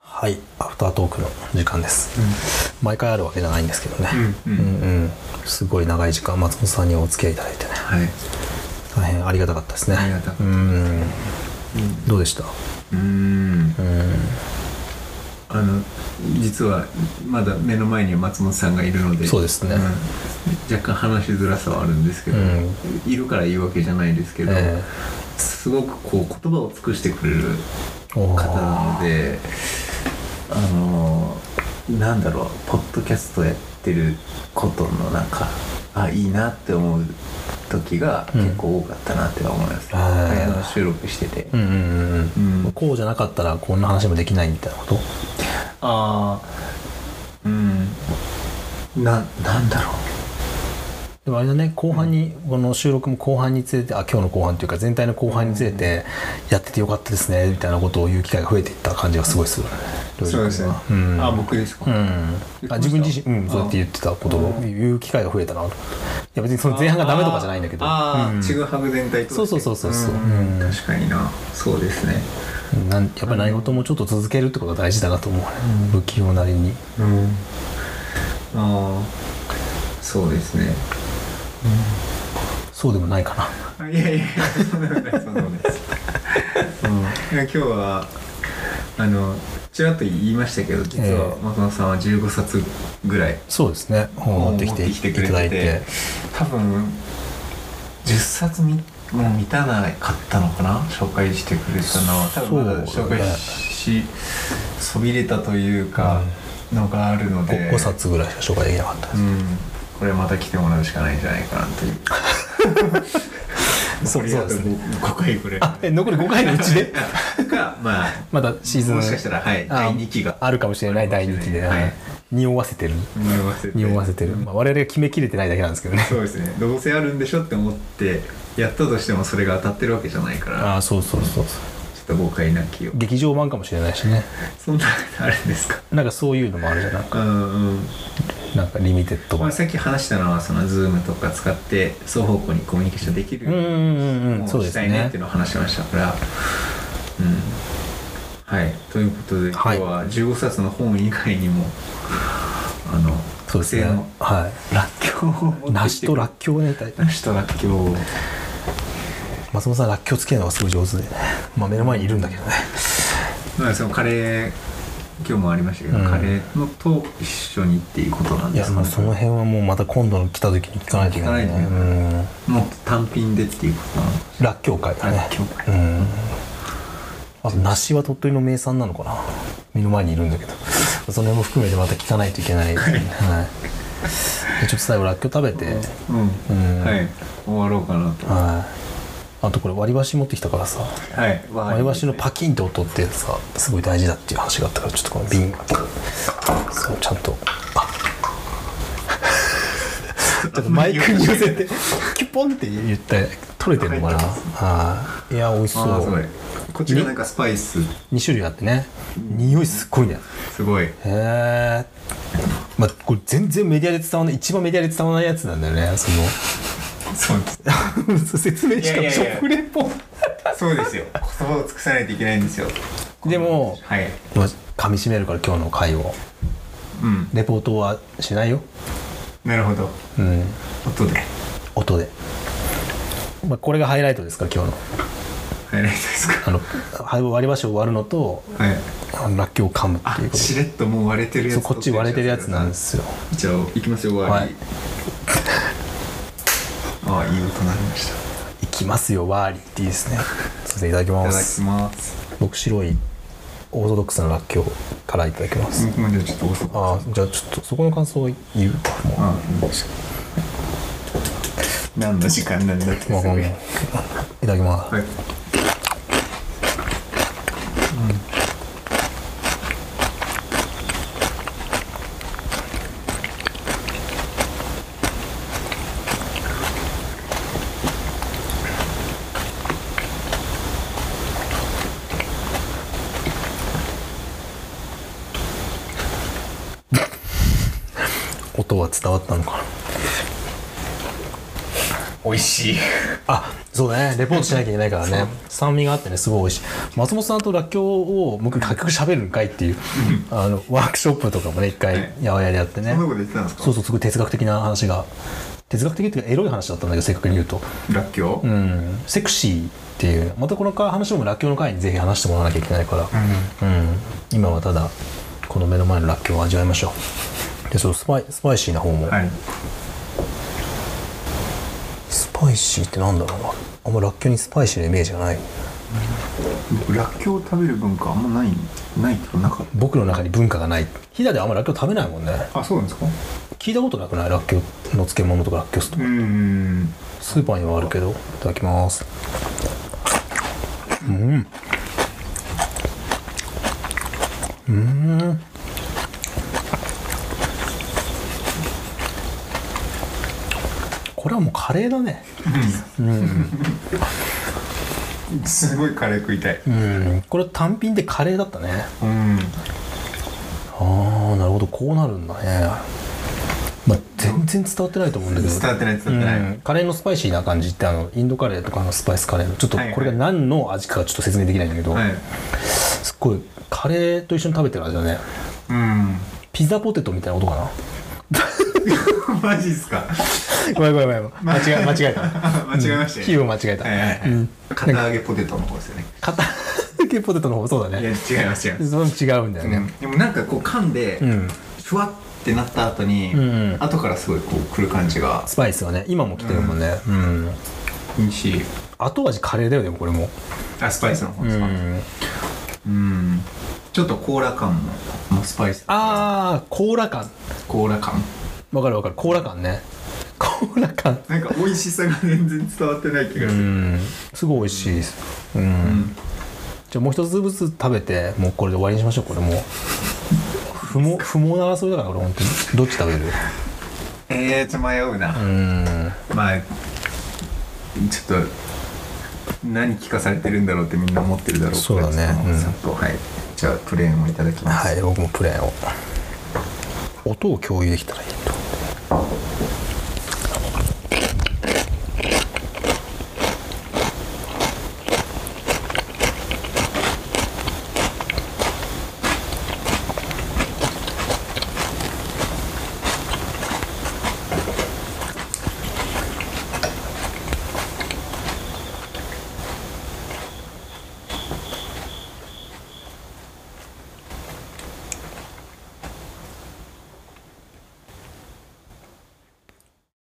はいアフタートークの時間です、毎回あるわけじゃないんですけどねうんうんうんうんすごい長い時間松本さんにお付き合いいただいてねはい大変ありがたかったですねありがたかったうんどうでしたうーんうんあの実はまだ目の前には松本さんがいるのでそうですねん若干話しづらさはあるんですけど、うんいるからいいわけじゃないですけど、えすごくこう言葉を尽くしてくれるえお方ーなのであのなんだろうポッドキャストやってることのなんかあいいなって思う時がうん結構多かったなって思います、あーあの収録してて、うんうんうんうんうんこうじゃなかったらこんな話もできないみたいなことああうんななんだろうでもあれだね後半に、この収録も後半につれてあ今日の後半というか全体の後半につれて、やっててよかったですねみたいなことを言う機会が増えていった感じがすごいするよね料理君はうん、あ僕ですか、うん言ってまし、たあ自分自身、うん、そうやって言ってたことを言う機会が増えたなといや別にその前半がダメとかじゃないんだけどあーうあんーちぐはぐ全体とそうそうそうそうそうんうん確かになそうですねなんやっぱり何事もちょっと続けるってことが大事だなと思うね、不器用なりにうんああそうですねそうでもないかなあいやいやそんなことないそんなことないです、うん、いや今日はあのちらっと言いましたけど実はえ松本さんは15冊ぐらいそうですね本を持ってきて持いくれただいて多分10冊みもう満たなかったのかな紹介してくれたのは多分まだそ紹うだね介しそびれたというかのがあるので、 5冊ぐらいしか紹介できなかったです、うんこれまた来てもらうしかないんじゃないかなという そうそうですね5回ぐらいあえ残り5回のうちでがまあ まだシーズンもしかしたらはいあ第2期があるかもしれない第2期で、はい匂わせてる匂わせて匂わせてる、まあ、我々が決めきれてないだけなんですけどねそうですねどうせあるんでしょって思ってやったとしてもそれが当たってるわけじゃないからああそうそうそうちょっと誤解なきを劇場版かもしれないしねそんなあれですかなんかそういうのもあるじゃんなんかうんうんなんかリミテッドま版あ、さっき話したのはその Zoom とか使って双方向にコミュニケーションできるうんうんうんうんもそうでしすたいねっねていうのを話しましたからうんはいということで今はい日は15冊の本以外にもあのそうですね特定のはらっきょうを持っていきて梨とらっきょうをねいただいて梨とらっきょうを松本さんらっきょうつけるのがすごい上手で、まあ、目の前にいるんだけどねまあそのカレー今日もありましたけど、うんカレーのと一緒にっていうことなんいでやすかもうねその辺はもうまた今度の来た時に聞かないといけないね聞かないといけうんもっと単品でっていうことなのらっきょう会だねらっきょう会うんあと梨は鳥取の名産なのかな目の前にいるんだけどその辺も含めてまた聞かないといけない、はい、でちょっと最後らっきょう食べて、うん、うんはい終わろうかなとはいあとこれ割り箸持ってきたからさはい割り箸のパキンって音ってさすごい大事だっていう話があったからちょっとこの瓶そうちゃんとあちょっと マイクに寄せてキュポンって言って取れてるのかなはいいや美味しそあーすごいうこっちがなんかスパイス2種類あってね匂いすっごいねすごいへえまあこれ全然メディアで伝わらない一番メディアで伝わらないやつなんだよねそそうですの 説明しかいやいやいや食レポそうですよ言葉を尽くさないといけないんですよでもはいまあ噛み締めるから今日の回をうんレポートはしないよなるほどうん音で音で、まあ、これがハイライトですから今日のハイライトですかあのは割り箸を割るのとはいあのらっきょうを噛むっあていうことしれっともう割れてるやそうつこっち割れてるやつなんですよじゃあ行きますよ終わりああいい音になりましたいきますよワーリーっていいですねそしていただきいまただすきます僕白いオーソドックスならっきょうからいただきます、僕もじゃあちょっと遅くああじゃあちょっとそこの感想を言うともう,、あ何の時間なんだってすまあ、ほんごいいただきます、はい音は伝わったのかな美味しいあそうだねレポートしなきゃいけないからね酸味があってねすごい美味しい松本さんとらっきょうを僕楽曲しゃべるんかいっていうあのワークショップとかもね一は回いやわやでやってねそんなこと言ってたんですかそうそうすごい哲学的な話が哲学的っていうかエロい話だったんだけどせっかくに言うとらっきょう、うんセクシーっていうまたこの回話もらっきょうの回にぜひ話してもらわなきゃいけないからうん、今はただこの目の前のらっきょうを味わいましょうでそのスパイスパイシーな方も、はいスパイシーってなんだろうなあんまらっきょうにスパイシーなイメージがないらっきょうを食べる文化あんまないないっていうかなんか僕の中に文化がない飛騨ではあんまらっきょう食べないもんねあそうなんですか聞いたことなくないらっきょうの漬物とからっきょうスープうんスーパーにはあるけどいただきますうんうんこれはもうカレーだねすごいカレー食いたいうんこれ単品でカレーだったねうんああなるほどこうなるんだねまあ全然伝わってないと思うんだけど伝わってない伝わってない、うんカレーのスパイシーな感じってあのインドカレーとかのスパイスカレーのちょっとはいはいこれが何の味かちょっと説明できないんだけど、はいすっごいカレーと一緒に食べてる味だねうん ピザポテトみたいなことかなマジっすかごめんごめんごめん間違 え間違えた間違えました火を間違えた、はいはいはいうん片揚げポテトの方ですよね片揚げポテトの方そうだいやね違います違います、それも違うんだようんね、でもなんかこう噛んで、うんふわってなった後に、うんうん後からすごいこうくる感じがスパイスはね今も来てるもんねうん、いいし後味カレーだよねこれもあスパイスの方うですかんうんちょっとコーラ感ももうスパイスああコーラ感コーラ感わかるわかるコーラ感ねコーラ感なんか美味しさが全然伝わってない気がうするんすごい美味しいですうん、んじゃあもう一つずつ食べてもうこれで終わりにしましょうこれもう不毛不毛な争いだからこれ本当にどっち食べるえー、ちょっと迷うな、うんまあちょっと何聞かされてるんだろうってみんな思ってるだろうからそうだねちょっとうんさっとはいじゃあプレーンをいただきますはい僕もプレーンを音を共有できたらいいね